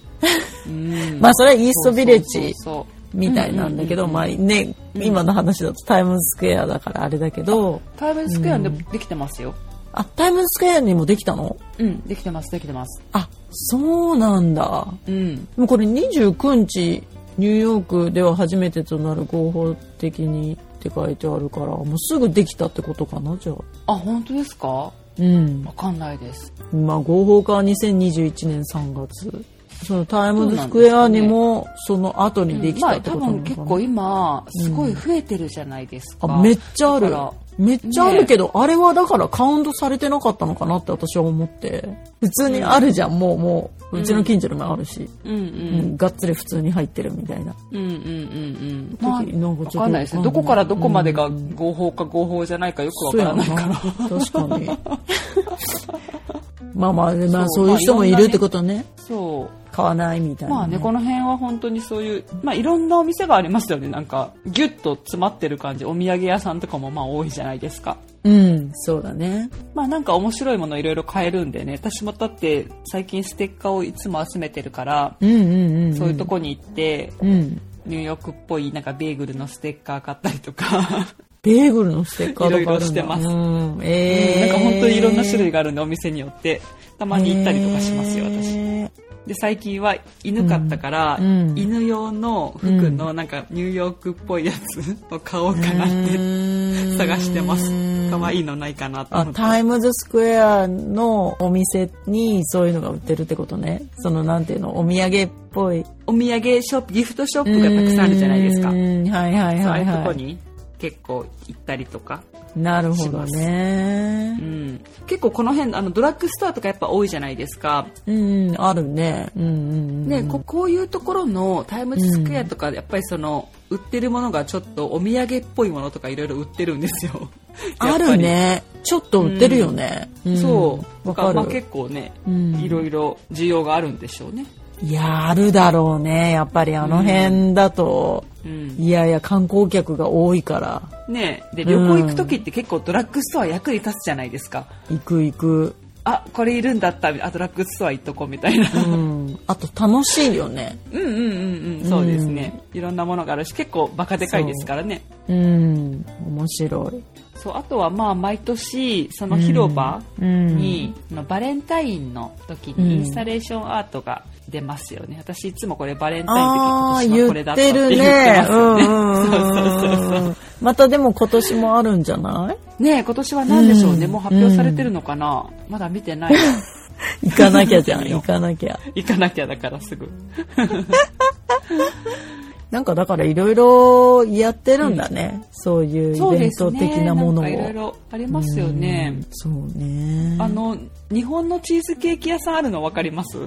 Speaker 1: うん
Speaker 2: まあ、それはイーストビレッ
Speaker 1: そう
Speaker 2: ジ
Speaker 1: そうそう
Speaker 2: みたいなんだけど、まあね、今の話だとタイムズスクエアだからあれだけど、
Speaker 1: タイムズスクエアでできてますよ。
Speaker 2: あ、タイムズスクエアにもできたの
Speaker 1: うん、できてます、できてます。
Speaker 2: あ、そうなんだ。
Speaker 1: うん。
Speaker 2: でもこれ29日、ニューヨークでは初めてとなる合法的にって書いてあるから、もうすぐできたってことかな、じゃあ。
Speaker 1: あ、本当ですかわ
Speaker 2: うん。
Speaker 1: かんないです。
Speaker 2: まあ合法化は2021年3月。そのタイムズスクエアにもその後にでき
Speaker 1: ま
Speaker 2: たっ
Speaker 1: あ、
Speaker 2: て
Speaker 1: 多
Speaker 2: ことなの
Speaker 1: 分
Speaker 2: か
Speaker 1: 結
Speaker 2: な、
Speaker 1: 構今、すごい増えてるじゃないですか。
Speaker 2: あめっちゃあ
Speaker 1: だから
Speaker 2: るめっちゃあるけど、あれはだからカウントされてなかったのかなって私は思って普通にあるじゃんもうもううちの近所にもあるし、
Speaker 1: うんう
Speaker 2: うん
Speaker 1: ん。
Speaker 2: がっつり普通に入ってるみたいな、
Speaker 1: うんうんうんうん。まあ
Speaker 2: 時、なんか
Speaker 1: わかんないですね。どこからどこまでが合法か合法じゃないかよくわからないから。
Speaker 2: そうやな確か にまあまあまあ
Speaker 1: そ
Speaker 2: そうういう人もいるってことね
Speaker 1: そ
Speaker 2: 買わないみた
Speaker 1: う。
Speaker 2: いな、
Speaker 1: まあね、この辺は本当にそういう、まあいろんなお店がありますよね。なんか、ギュッと詰まってる感じ。お土産屋さんとかもまあ多いじゃないですか。
Speaker 2: うんそうだね
Speaker 1: まあなんか面白いものいろいろ買えるんでね。私もだって最近ステッカーをいつも集めてるから、
Speaker 2: うんうんうん、うん、
Speaker 1: そういうとこに行って、
Speaker 2: うん
Speaker 1: ニューヨークっぽいなんかベーグルのステッカー買ったりとか、
Speaker 2: ベーグルのステッカーとか
Speaker 1: いろ
Speaker 2: あるんだ
Speaker 1: いろしてます
Speaker 2: うんえ ー、
Speaker 1: なんか本当にいろんな種類があるんでお店によってたまに行ったりとかしますよ私
Speaker 2: えー
Speaker 1: で最近は犬飼ったから、
Speaker 2: うん
Speaker 1: 犬用の服のなんかニューヨークっぽいやつを 買おうかなって探してます可愛いのないかなと
Speaker 2: あ
Speaker 1: 思って
Speaker 2: タイムズスクエアのお店にそういうのが売ってるってことねそのなんていうのお土産っぽい
Speaker 1: お土産ショップギフトショップがたくさんあるじゃないですか
Speaker 2: う
Speaker 1: そう
Speaker 2: ーんはいはい
Speaker 1: ああ
Speaker 2: はいいう
Speaker 1: とこ
Speaker 2: は
Speaker 1: に結構行ったりとか、
Speaker 2: いなるほどね
Speaker 1: うん、結構この辺あのドラッグストアとかやっぱ多いじゃないですか
Speaker 2: うんうんあるねうんうん
Speaker 1: ね、
Speaker 2: うん
Speaker 1: ここういうところのタイムズスクエアとかやっぱりその売ってるものがちょっとお土産っぽいものとかいろいろ売ってるんですよや
Speaker 2: あ
Speaker 1: っぱり
Speaker 2: るねちょっと売ってるよね、うん
Speaker 1: そうだ
Speaker 2: わか
Speaker 1: からまあ
Speaker 2: る
Speaker 1: 結構ね
Speaker 2: うん
Speaker 1: いろいろ需要があるんでしょうね
Speaker 2: いやあるだろうねやっぱりあの辺だと、
Speaker 1: うん
Speaker 2: いやいや観光客が多いから
Speaker 1: ねで
Speaker 2: うん
Speaker 1: 旅行行く時って結構ドラッグストア役に立つじゃないですか
Speaker 2: 行く行く
Speaker 1: あこれいるんだったあドラッグストア行っとこうみたいな
Speaker 2: うんあと楽しいよね
Speaker 1: うんうんうんうん そうですねいろんなものがあるし結構バカでかいですからね
Speaker 2: うん面白い
Speaker 1: そうあとはまあ毎年その広場、
Speaker 2: うん
Speaker 1: に、あのバレンタインの時
Speaker 2: うん
Speaker 1: にインスタレーションアートが出ますよね、私いつもこれバレンタイン
Speaker 2: あ
Speaker 1: の
Speaker 2: あ
Speaker 1: 時今年はこれ
Speaker 2: 言
Speaker 1: だ
Speaker 2: っ
Speaker 1: ったって
Speaker 2: て
Speaker 1: 言っ
Speaker 2: る
Speaker 1: て
Speaker 2: ね
Speaker 1: ます
Speaker 2: う
Speaker 1: よ
Speaker 2: ん
Speaker 1: ね
Speaker 2: うんうんうん またでも今年もあるんじゃない
Speaker 1: ねえ今年は何でしょうね、
Speaker 2: うん
Speaker 1: もう発表されてるのかな、まだ見てない
Speaker 2: 行かなきゃじゃん
Speaker 1: いいよ
Speaker 2: 行かなきゃ
Speaker 1: 行かなきゃだからすぐ
Speaker 2: なんかだからいろいろやってるんだね、そういう
Speaker 1: そう
Speaker 2: イベ
Speaker 1: で
Speaker 2: ン
Speaker 1: す
Speaker 2: ト
Speaker 1: ね
Speaker 2: 的なものを
Speaker 1: んかいろいろありますよね
Speaker 2: うんそうね
Speaker 1: あの日本のチーズケーキ屋さんあるの分かります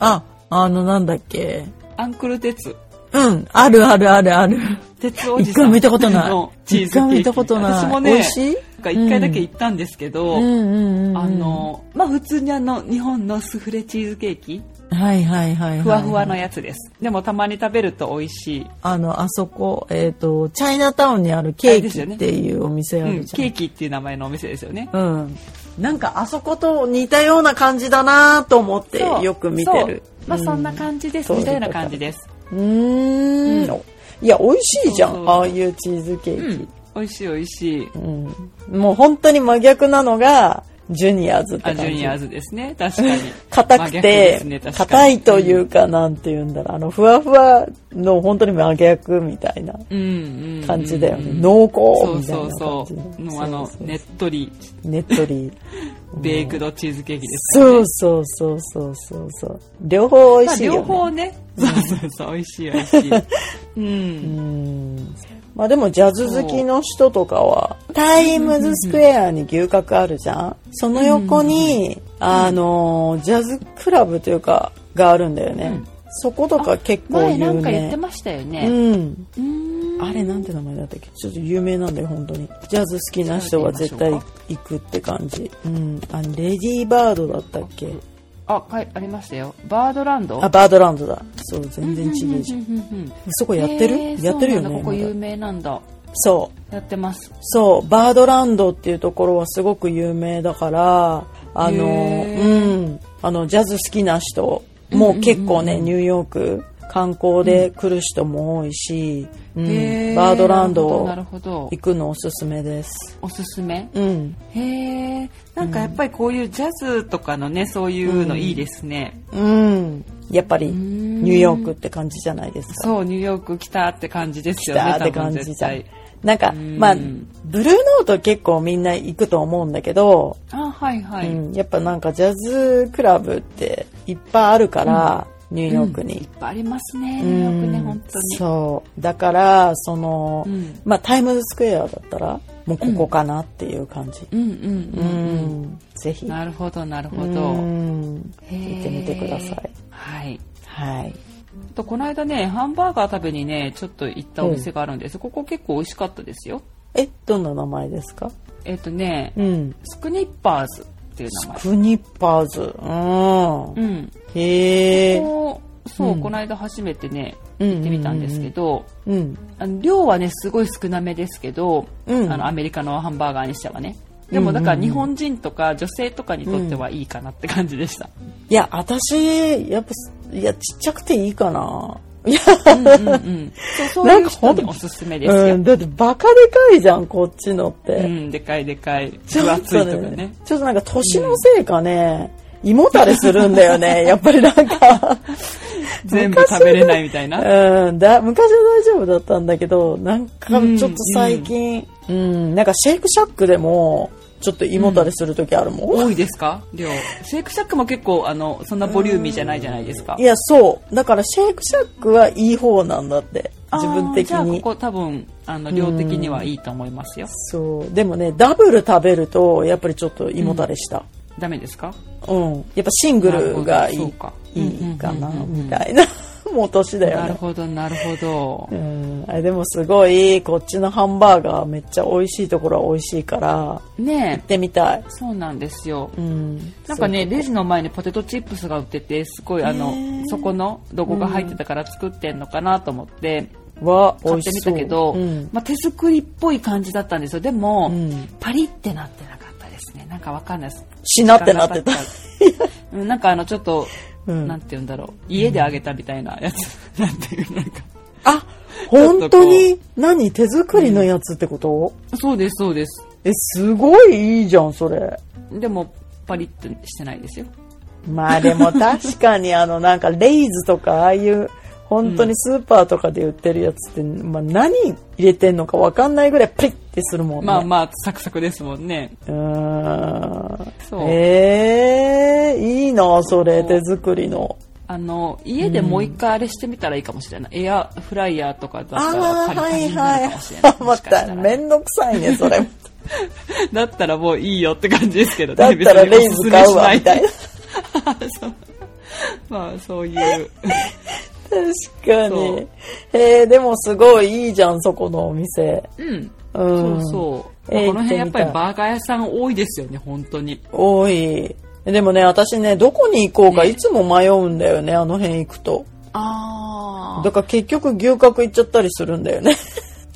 Speaker 2: ああのなんだっけ
Speaker 1: アンクル鉄
Speaker 2: うんあるあるあるある
Speaker 1: 鉄おじ
Speaker 2: 一
Speaker 1: さ
Speaker 2: 回
Speaker 1: ん
Speaker 2: 見たことな い
Speaker 1: のチー
Speaker 2: 一
Speaker 1: ズケー
Speaker 2: 回
Speaker 1: キ
Speaker 2: 見たことない
Speaker 1: 私もね
Speaker 2: 美味しい
Speaker 1: なんか一回だけ行ったんですけど、
Speaker 2: うんうんうん、
Speaker 1: あのまあ、普通にあの日本のスフレチーズケーキ
Speaker 2: はいはいはいはい、
Speaker 1: ふわふわのやつです。でもたまに食べると美味しい。
Speaker 2: あのあそこえっ、とチャイナタウンにあるケ
Speaker 1: あれ
Speaker 2: ー
Speaker 1: ですよ
Speaker 2: キ
Speaker 1: ね
Speaker 2: っていうお店あ
Speaker 1: うん、
Speaker 2: るじゃ
Speaker 1: ケ
Speaker 2: ん、
Speaker 1: ーキっていう名前のお店ですよね。
Speaker 2: うんなんかあそこと似たような感じだなと思って
Speaker 1: そう
Speaker 2: よく見てる
Speaker 1: そうまあそんな感じです。
Speaker 2: そういう
Speaker 1: み
Speaker 2: こと
Speaker 1: たいな感じです。
Speaker 2: うーん、
Speaker 1: う
Speaker 2: いや美味しいじゃ
Speaker 1: そ
Speaker 2: ん
Speaker 1: うそう
Speaker 2: ああいうチーズケ
Speaker 1: う
Speaker 2: ーキ
Speaker 1: ん、美味しい美味しい。
Speaker 2: うん、もう本当に真逆なのがジュニアーズって
Speaker 1: あ、
Speaker 2: 感
Speaker 1: ジ
Speaker 2: じ。
Speaker 1: ュニアーズですね。確かに
Speaker 2: 硬く
Speaker 1: 真逆で
Speaker 2: て
Speaker 1: すね確かに
Speaker 2: 硬、いというか、なんて言うんだろうあのふわふわの本当に真逆みたいな
Speaker 1: うん、うんうん
Speaker 2: 感じだよね、
Speaker 1: うん
Speaker 2: 濃
Speaker 1: そ
Speaker 2: 厚
Speaker 1: う
Speaker 2: みた
Speaker 1: そ
Speaker 2: いうな感
Speaker 1: そ
Speaker 2: じ
Speaker 1: う。のあの
Speaker 2: そうそうそう
Speaker 1: ねっとり
Speaker 2: ねっ とり
Speaker 1: ベイクドチーズケーキですからね。
Speaker 2: そうそうそうそうそうそう両方美
Speaker 1: まあ
Speaker 2: 味しいよ、ね
Speaker 1: 両方ね。そうそうそう。美味しい美味 しい。うん
Speaker 2: う。んまあでもジャズ好きの人とかはタイムズスクエアに牛角あるじゃんその横に、あのジャズクラブというかがあるんだよね、
Speaker 1: うん
Speaker 2: そことか結構
Speaker 1: 前
Speaker 2: 有名
Speaker 1: なんか言ってましたよね。
Speaker 2: うん
Speaker 1: うん
Speaker 2: あれなんて名前だったっけちょっと有名なんだよ本当にジャズ好きな人は絶対行くって感じうんあのレディーバードだったっけ
Speaker 1: あ、はい、ありましたよ。バードランド
Speaker 2: あバードランドだそう全然違うじゃん
Speaker 1: うんうんうんうんうん
Speaker 2: そこやってる、
Speaker 1: へー
Speaker 2: やってるよ
Speaker 1: そうなん
Speaker 2: ね
Speaker 1: だここ
Speaker 2: まだ
Speaker 1: 有名なんだ
Speaker 2: そう
Speaker 1: やってます
Speaker 2: そう、バードランドっていうところはすごく有名だから、あの、
Speaker 1: へ
Speaker 2: うん、あの、ジャズ好きな人、もう結構ね、ニューヨーク観光で来る人も多いし、うん
Speaker 1: へ
Speaker 2: バードランド
Speaker 1: なるほどなるほど
Speaker 2: 行くのおすすめです。
Speaker 1: おすすめ
Speaker 2: うん、
Speaker 1: へえんかやっぱりこういうジャズとかのねそういうのいいですね
Speaker 2: うん、やっぱり
Speaker 1: ん
Speaker 2: ニューヨークって感じじゃないですか。
Speaker 1: そうニューヨーク来たって感じですよね
Speaker 2: だーって
Speaker 1: 多分
Speaker 2: 感じ
Speaker 1: 絶
Speaker 2: じゃん
Speaker 1: 対。
Speaker 2: なんか、
Speaker 1: ん
Speaker 2: まあ、ブルーノート結構みんな行くと思うんだけど、
Speaker 1: あはいはい、
Speaker 2: うん、やっぱなんかジャズクラブっていっぱいあるから、ニューヨーク
Speaker 1: い
Speaker 2: に
Speaker 1: っ。ぱいありますね
Speaker 2: うん
Speaker 1: ニューヨークね本当に
Speaker 2: そう。だから、その、
Speaker 1: うん
Speaker 2: まあタイムズスクエアだったら、もうここかなっていう感じ。
Speaker 1: うん
Speaker 2: う
Speaker 1: うん
Speaker 2: ん、
Speaker 1: うん、うん
Speaker 2: ぜひ。
Speaker 1: なるほどなるほ
Speaker 2: う
Speaker 1: ど
Speaker 2: ん
Speaker 1: へー
Speaker 2: 行ってみてください。
Speaker 1: はい
Speaker 2: はい。
Speaker 1: とこの間ねハンバーガー食べにねちょっと行ったお店があるんです、ここ結構美味しかったですよ
Speaker 2: え、どんな名前ですか
Speaker 1: えっ、とね、
Speaker 2: うん。
Speaker 1: スクニッパーズっていう名前
Speaker 2: クニッパーズ。うん。
Speaker 1: うん
Speaker 2: へえ。
Speaker 1: こうそう、
Speaker 2: うん
Speaker 1: この間初めてね
Speaker 2: うんうんう
Speaker 1: 行
Speaker 2: ん
Speaker 1: ってみたんですけど、
Speaker 2: うん。
Speaker 1: あの量はねすごい少なめですけど、
Speaker 2: うん
Speaker 1: あのアメリカのハンバーガーにしてはね
Speaker 2: うんう
Speaker 1: で
Speaker 2: んう
Speaker 1: も
Speaker 2: ん
Speaker 1: だから日本人とか女性とかにとってはいいかなって感じでした、
Speaker 2: いや、私、やっぱ、いや、ちっちゃくていいかな。いや、
Speaker 1: うんうんうん、そうそういう人におすすめですよ。
Speaker 2: うん、だってバカでかいじゃん、こっちのっ
Speaker 1: う
Speaker 2: て。
Speaker 1: ん、でかいでかい。
Speaker 2: ちょ
Speaker 1: 分
Speaker 2: っ
Speaker 1: 厚い
Speaker 2: と
Speaker 1: とかね
Speaker 2: ね。、ちょっとなんか年のせいかね、胃もたれするんだよね、やっぱりなんか。
Speaker 1: 全部食べれないみたいな。
Speaker 2: うん、だ昔は大丈夫だったんだけどなんか
Speaker 1: うん
Speaker 2: ちょっと最近、うんなんかシェイクシャックでもちょっと胃もたれする時あるもん、
Speaker 1: 多いですか量。シェイクシャックも結構、あの、そんなボリューミーじゃないじゃないですか
Speaker 2: い。やそうだからシェイクシャックはいい方なんだって
Speaker 1: あー
Speaker 2: 自分的
Speaker 1: じゃあ、こ
Speaker 2: に
Speaker 1: こ多分、あの、量的にはいいと思いますよ。
Speaker 2: そうでもねダブル食べるとやっぱりちょっと胃もたれした、
Speaker 1: ダメですか
Speaker 2: うんやっぱシングルがい
Speaker 1: なるほどそう
Speaker 2: い
Speaker 1: か
Speaker 2: いいかな
Speaker 1: うんうんうんうん
Speaker 2: みたいな もう年だよ
Speaker 1: なる
Speaker 2: ね
Speaker 1: ほど、なるほど
Speaker 2: う。ん、あれでもすごいこっちのハンバーガーめっちゃ美味しいところは美味しいから行
Speaker 1: ねえ、
Speaker 2: ってみたい
Speaker 1: そうなんですよ。
Speaker 2: うん
Speaker 1: なんかね、
Speaker 2: そう
Speaker 1: レジの前にポテトチップスが売ってて、すごいあの
Speaker 2: へー、
Speaker 1: そこのロゴが入ってたから作ってんのかなと思って、
Speaker 2: は
Speaker 1: 買
Speaker 2: 美
Speaker 1: っ
Speaker 2: 味
Speaker 1: て
Speaker 2: し
Speaker 1: み
Speaker 2: そ
Speaker 1: た
Speaker 2: う
Speaker 1: けど、
Speaker 2: うん
Speaker 1: まあ、手作りっぽい感じだったんですよ。でも、
Speaker 2: うん
Speaker 1: パリってなってなかったですね。なんかわかんないです。
Speaker 2: しなってなってた
Speaker 1: 時間が経っちゃ ううんなんかあの、ちょっと、
Speaker 2: うん
Speaker 1: なんて言うんだろう。家であげたみたいなや つ。なんていう、なんか。
Speaker 2: あ本当に何手作りのやつってこと、
Speaker 1: そうです、そうです。
Speaker 2: えすごいいいじゃんそれ
Speaker 1: でも、パリってしてないですよ。
Speaker 2: まあでも確かにあのなんかレイズとかああいう本当にスーパーとかで売ってるやつって、まあ、何入れてんのかわかんないぐらいプリッてするもんね、
Speaker 1: まあまあ、サクサクですもんね。
Speaker 2: うーん
Speaker 1: そう
Speaker 2: ええいいなそれ
Speaker 1: そう
Speaker 2: 手作りの
Speaker 1: あの家でもう一回あれしてみたらいいかもしれない、エアフライヤーとかだったら
Speaker 2: あ
Speaker 1: パ
Speaker 2: あー
Speaker 1: リパ
Speaker 2: は
Speaker 1: リ
Speaker 2: い
Speaker 1: にな
Speaker 2: は
Speaker 1: る
Speaker 2: い
Speaker 1: かもしれない、も
Speaker 2: ま
Speaker 1: しかした
Speaker 2: た
Speaker 1: ら
Speaker 2: めんどくさいねそれ
Speaker 1: だったらもういいよって感じですけど
Speaker 2: だ
Speaker 1: ね
Speaker 2: ったら
Speaker 1: 別
Speaker 2: レ
Speaker 1: に
Speaker 2: イ
Speaker 1: おす
Speaker 2: ズ
Speaker 1: すめ
Speaker 2: 買う
Speaker 1: し
Speaker 2: わ
Speaker 1: な
Speaker 2: みたいな
Speaker 1: そうまあそういう
Speaker 2: 確か
Speaker 1: そう
Speaker 2: に。えー、でもすごいいいじゃん、そこのお店。
Speaker 1: うん
Speaker 2: うん。
Speaker 1: そうそう、
Speaker 2: えー
Speaker 1: この辺やっぱり
Speaker 2: 行ってみたい
Speaker 1: バーガー屋さん多いですよね本当に
Speaker 2: 多い。でもね、私ね、どこに行こうか
Speaker 1: ね
Speaker 2: いつも迷うんだよね、あの辺行くと。
Speaker 1: あ
Speaker 2: だから結局牛角行っちゃったりするんだよね。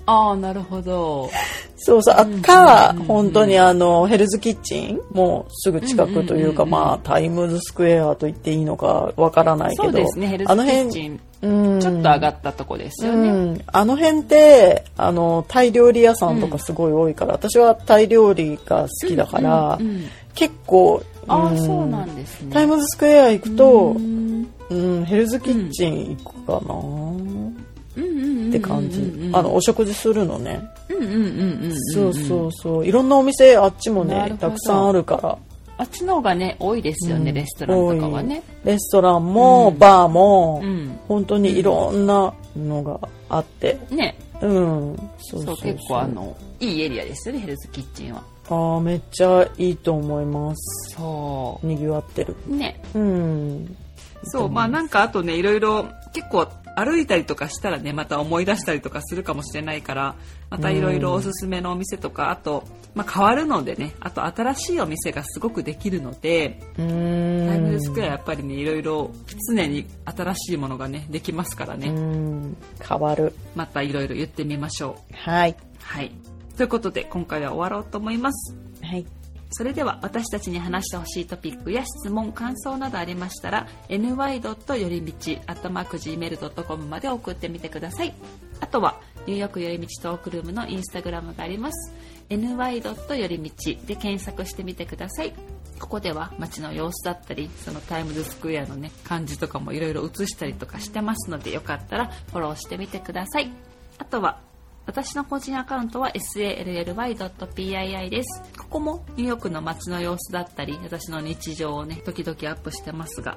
Speaker 1: ああなるほど
Speaker 2: そうそう。あ
Speaker 1: うん
Speaker 2: か
Speaker 1: うん、
Speaker 2: 本当にあの、ヘルズキッチンもうすぐ近くというか、
Speaker 1: うんうんうんうん
Speaker 2: まあ、タイムズスクエアと言っていいのかわからないけど。
Speaker 1: そうですねヘルスキ
Speaker 2: あの
Speaker 1: ッ
Speaker 2: 辺、
Speaker 1: チン
Speaker 2: うん。
Speaker 1: ちょっと上がったとこですよね、
Speaker 2: うん、あの辺ってあのタイ料理屋さんとかすごい多いから、私はタイ料理が好きだから、
Speaker 1: うんうん
Speaker 2: 結構、
Speaker 1: ああ、
Speaker 2: うん
Speaker 1: そうなんですね
Speaker 2: タイムズスクエア行くと
Speaker 1: う、ん
Speaker 2: うんヘルズキッチン行くかな、
Speaker 1: うんうんうんうんうん
Speaker 2: って感じ、あのお食事するのね、
Speaker 1: うんうんうんうんんん
Speaker 2: そうそうそういろんなお店あっちも
Speaker 1: なるほど
Speaker 2: ねたくさんあるから
Speaker 1: あっちの方がね多いですよね、レストランとかはね
Speaker 2: 多いレストランも、バーも、
Speaker 1: うん
Speaker 2: 本当にいろんなのがあって
Speaker 1: ね
Speaker 2: うん
Speaker 1: そ
Speaker 2: そ
Speaker 1: うう
Speaker 2: そうそう
Speaker 1: 結構あのいいエリアですよねヘルスキッチンは
Speaker 2: ああめっちゃいいと思います
Speaker 1: そ
Speaker 2: にぎわってる
Speaker 1: うね
Speaker 2: うん
Speaker 1: そうまあなんかあとねいろいろ結構歩いたりとかしたらねまた思い出したりとかするかもしれないからまたいろいろおすすめのお店とかあと、まあ、変わるのでねあと新しいお店がすごくできるので
Speaker 2: う
Speaker 1: タイムズ
Speaker 2: ん
Speaker 1: スクエアやっぱりねいろいろ常に新しいものがねできますからね、
Speaker 2: うん変わる
Speaker 1: またいろいろ言ってみましょう
Speaker 2: はい
Speaker 1: はい。ということで、今回は終わろうと思います。
Speaker 2: はい
Speaker 1: それでは、私たちに話してほしいトピックや質問、感想などありましたら、ny. よりみち、アットマーク gmail.com まで送ってみてください。あとは、ニューヨークよりみちトークルームのインスタグラムがあります。ny. よりみちで検索してみてください。ここでは街の様子だったり、そのタイムズスクエアのね、感じとかもいろいろ映したりとかしてますので、よかったらフォローしてみてください。あとは、私の個人アカウントは sally.pii です。ここもニューヨークの街の様子だったり、私の日常をね、時々アップしてますが、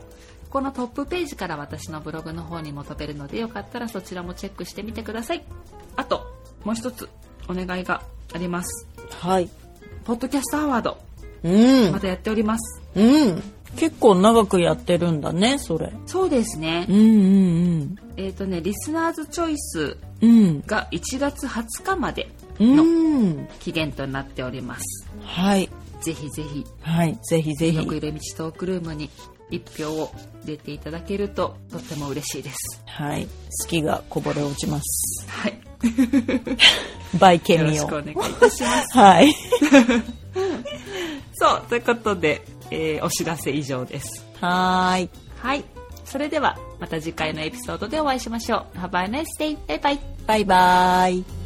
Speaker 1: このトップページから私のブログの方にも飛べるので、よかったらそちらもチェックしてみてください。あと、もう一つお願いがあります。
Speaker 2: はい
Speaker 1: ポッドキャストアワード、
Speaker 2: うん
Speaker 1: またやっております。
Speaker 2: うん結構長くやってるんだねそれ
Speaker 1: そうですね
Speaker 2: う。んうん
Speaker 1: えっ、とね、リスナーズチョイス
Speaker 2: うんうん
Speaker 1: が1月20日まで
Speaker 2: うん
Speaker 1: 期限となっております。
Speaker 2: はい
Speaker 1: ぜひぜひ
Speaker 2: はいぜひぜひ
Speaker 1: よくいる道トークルームに1票を入れていただけるととっても嬉しいです。
Speaker 2: はい好きがこぼれ落ちます
Speaker 1: はい。
Speaker 2: バイケ
Speaker 1: よろ
Speaker 2: ミ
Speaker 1: しくお
Speaker 2: オ
Speaker 1: 願いいたします。
Speaker 2: はい
Speaker 1: そう、ということで、えーお知らせ以上です。
Speaker 2: はーい
Speaker 1: はい。それでは、また次回のエピソードでお会いしましょう。Have a nice day! バイバイ
Speaker 2: バイバイ。